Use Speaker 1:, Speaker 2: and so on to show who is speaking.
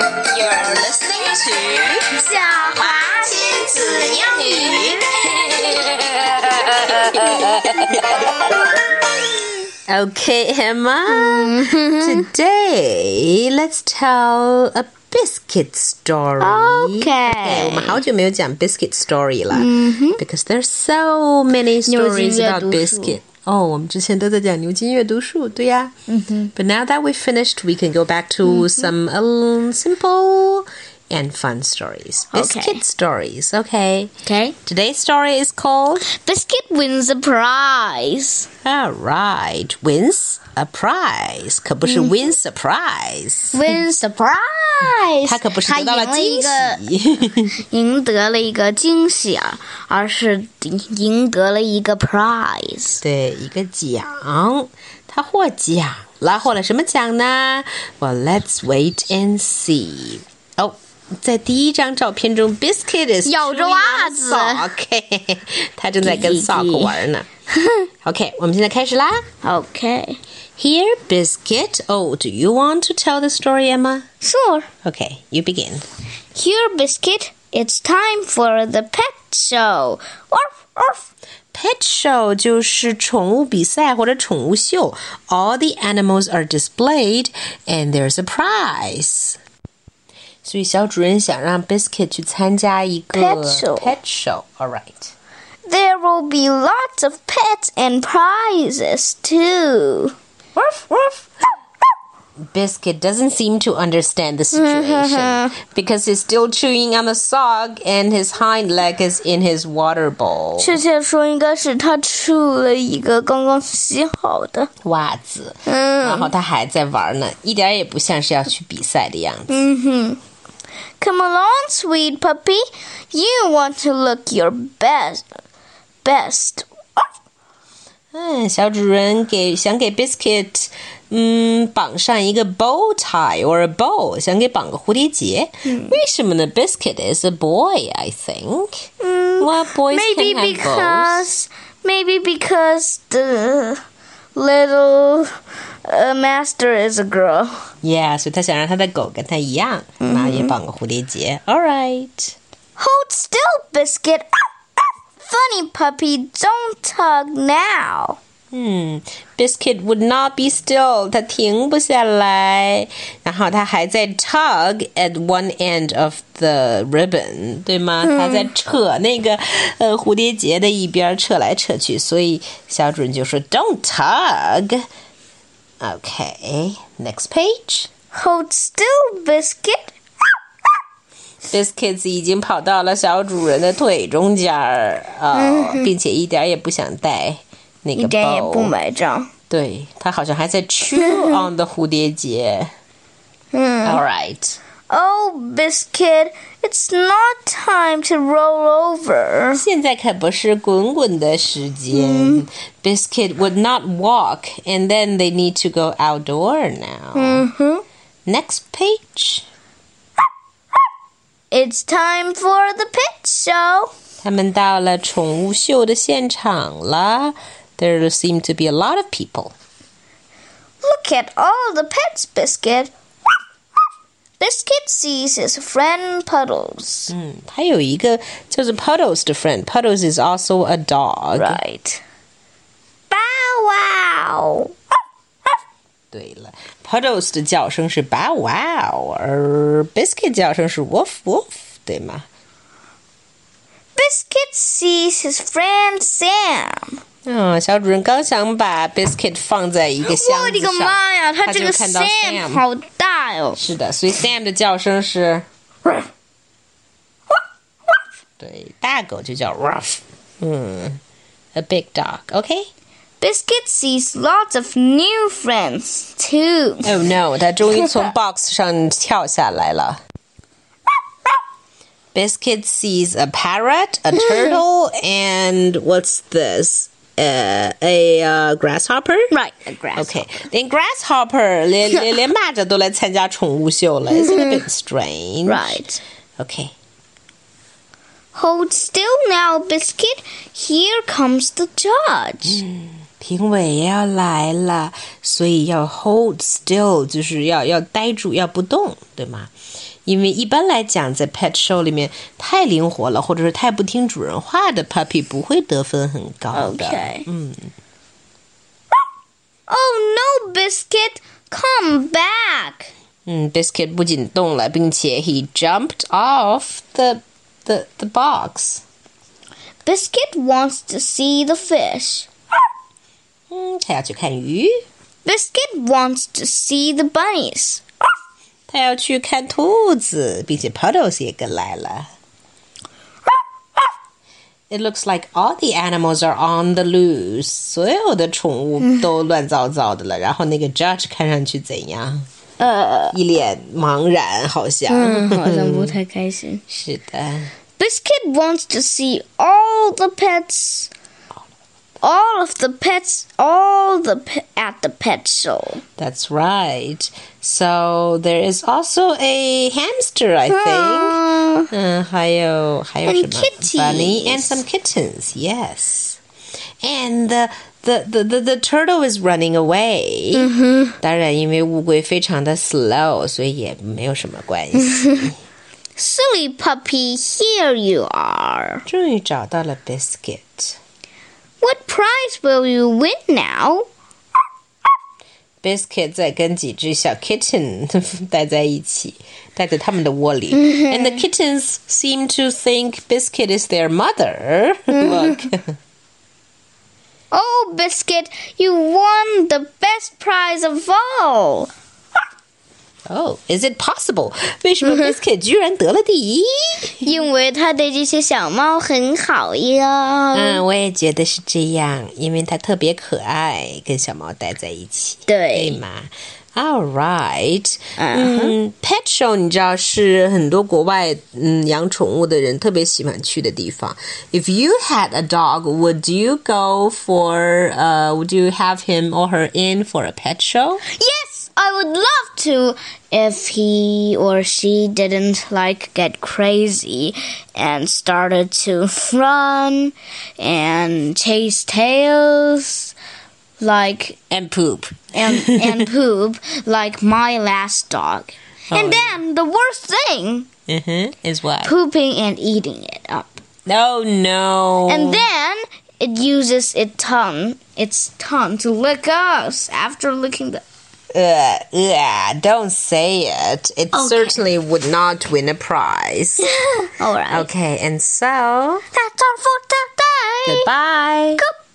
Speaker 1: You are listening to
Speaker 2: 小华亲子英语。
Speaker 1: Okay, Emma. Today, let's tell a biscuit story.
Speaker 2: Okay.
Speaker 1: 我们好久没有讲 biscuit story 了、because
Speaker 2: Mm-hmm.
Speaker 1: there's so many stories about
Speaker 2: 牛津阅读树。
Speaker 1: biscuit. 哦，我们之前都在讲牛津阅读树，对呀。But
Speaker 2: Mm-hmm.
Speaker 1: now that we finished, we can go back to some um, simple and fun stories.
Speaker 2: Okay.
Speaker 1: Biscuit stories. Okay.
Speaker 2: Okay,
Speaker 1: Today's story is called
Speaker 2: biscuit wins a prize.
Speaker 1: All right, wins a prize，可不是
Speaker 2: Mm-hmm.
Speaker 1: wins a prize，
Speaker 2: Wins a prize.
Speaker 1: 他可不是得到了惊
Speaker 2: 他赢了一个 -
Speaker 1: 喜。
Speaker 2: er 赢得了一个惊喜啊，而是赢得了一个 prize。
Speaker 1: 对，一个奖，他获奖了，获了什么奖呢？Well, let's wait and see。哦，在第一张照片中，Biscuit is
Speaker 2: 咬着袜子
Speaker 1: OK，他正在跟
Speaker 2: 弟弟
Speaker 1: sock 玩呢。OK，我们现在开始啦。
Speaker 2: Okay,
Speaker 1: Here, Biscuit. Oh, do you want to tell the story, Emma?
Speaker 2: sure.
Speaker 1: Okay, you begin.
Speaker 2: Here, biscuit. It's time for the pet show. Orf, orf.
Speaker 1: Pet show 就是宠物比赛或者宠物秀。All the animals are displayed, and there's a prize. 所以小主人想让 Biscuit 去参加一个
Speaker 2: Pet show
Speaker 1: Pet show. All right.
Speaker 2: There will be lots of pets and prizes too. Woof, woof.
Speaker 1: Biscuit doesn't seem to understand the situation because he's still chewing on the sock and his hind leg is in his water bowl.
Speaker 2: 确切说，应该是他吃了一个刚刚洗好的。
Speaker 1: 袜子，
Speaker 2: 嗯
Speaker 1: 然后他还在玩呢，一点儿也不像是要去比赛的样子。
Speaker 2: 嗯哼。Come along, sweet puppy. You want to look your best. Best.
Speaker 1: 嗯，小主人给想给 Biscuit，嗯，绑上一个 bow tie or a bow，想给绑个蝴蝶结。
Speaker 2: 嗯
Speaker 1: 为什么呢？Biscuit is a boy, I think. 嗯，Well, boys
Speaker 2: Maybe
Speaker 1: can have bows.
Speaker 2: because. Maybe because the little uh, master is a girl.
Speaker 1: Yeah，所以他想让他的狗跟他一样，
Speaker 2: 嗯
Speaker 1: 然后也绑个蝴蝶结。All right.
Speaker 2: Hold still, Biscuit. Funny puppy, don't tug now.
Speaker 1: 嗯，Biscuit would not be still，他停不下来，然后他还在 tug at one end of the ribbon，对吗？他在扯那个呃蝴蝶结的一边儿扯来扯去，所以小主人就说 "Don't tug." Okay, next page.
Speaker 2: Hold still, Biscuit.
Speaker 1: Biscuits 已经跑到了小主人的腿中间儿啊、并且一点儿也不想带那个包。对他好像还在 chew on 的蝴蝶结。All right.
Speaker 2: Oh, Biscuit, it's not time to roll over.
Speaker 1: 现在可不是滚滚的时间。Biscuit would not walk, and then they need to go outdoor now. Next page.
Speaker 2: It's time for the pet show.
Speaker 1: 他们到了宠物秀的现场了。There seem to be a lot of people.
Speaker 2: Look at all the pets, Biscuit. Biscuit sees his friend Puddles.
Speaker 1: 嗯，他有一个叫做 Puddles 的 friend. Puddles is also a dog.
Speaker 2: Right. Bow wow.
Speaker 1: 对了，Puddles 的叫声是 bow wow，而 Biscuit 叫声是 woof woof，对吗？
Speaker 2: Biscuit sees his friend Sam.
Speaker 1: 嗯，小主人刚想把 Biscuit 放在一个箱子上，他就看到 Sam，是的，所以 Sam 的叫声是，对，大狗就叫 ruff，嗯，a big dog，OK、
Speaker 2: Biscuit sees lots of new friends too.
Speaker 1: Oh no！他终于从 box 上跳下来了。Biscuit sees a parrot, a turtle, and what's this? Uh, a uh, grasshopper?
Speaker 2: Right, a grasshopper.
Speaker 1: Okay. Then grasshopper 连 连连蚂蚱都来参加宠物秀了。It's a bit strange.
Speaker 2: Right.
Speaker 1: Okay.
Speaker 2: Hold still now, Biscuit. Here comes the judge.
Speaker 1: 评委也要来了，所以要 hold still，就是要要呆住，要不动，对吗？因为一般来讲，在 pet show 里面太灵活了，或者是太不听主人话的 puppy 不会得分很高的。
Speaker 2: Okay.
Speaker 1: 嗯，
Speaker 2: Oh no, Biscuit! Come back!
Speaker 1: 嗯，Biscuit 不仅动了，并且 he jumped off the the the box。
Speaker 2: Biscuit wants to see the fish.
Speaker 1: 嗯，他要去看鱼，
Speaker 2: Biscuit wants to see the bunnies.
Speaker 1: 他要去看兔子，并且 Puddles 也跟来了。It looks like all the animals are on the loose，所有的宠物都乱糟糟的了。然后那个 judge 看上去怎样？
Speaker 2: 呃，
Speaker 1: 一脸茫然，好像。
Speaker 2: Oh, 嗯，好像不太开心。
Speaker 1: 是的。
Speaker 2: Biscuit wants to see all the pets, all of the pets, all the pe- at the pet show.
Speaker 1: That's right. So there is also a hamster, I think.
Speaker 2: Uh,
Speaker 1: 嗯，还有-还有什么？
Speaker 2: And kitties.
Speaker 1: Bunny and some kittens. Yes. And the the the the, the turtle is running away. 当然，因为乌龟非常的 slow，所以也没有什么关系。
Speaker 2: silly puppy, here you are.
Speaker 1: 终于找到了 biscuit.
Speaker 2: What prize will you win now?
Speaker 1: Biscuit 在跟几只小 kitten 待在一起，待在他们的窝里。And the kittens seem to think Biscuit is their mother. Look,
Speaker 2: Oh, Biscuit, you won the best prize of all.
Speaker 1: oh, is it possible? 为什么 Biscuit 居然得了第一？
Speaker 2: 因为它对这些小猫很好呀。
Speaker 1: 嗯，我也觉得是这样，因为它特别可爱，跟小猫待在一起，对
Speaker 2: 对。
Speaker 1: 吗？All right，嗯，pet show，你知道是很多国外嗯养宠物的人特别喜欢去的地方。If you had a dog, would you go for uh would you have him or her in for a pet show?
Speaker 2: Yes, I would love to if he or she didn't like get crazy and started to run and chase tails like
Speaker 1: And poop.
Speaker 2: and and poop like my last dog.
Speaker 1: Oh,
Speaker 2: And then the worst thing,
Speaker 1: Mm-hmm. Is what?
Speaker 2: pooping and eating it up.
Speaker 1: Oh no.
Speaker 2: And then it uses its tongue, its tongue to lick us after licking the
Speaker 1: Uh, yeah, don't say it. It certainly would not win a prize.
Speaker 2: All right.
Speaker 1: okay, and so
Speaker 2: That's all for today.
Speaker 1: goodbye.
Speaker 2: Goodbye.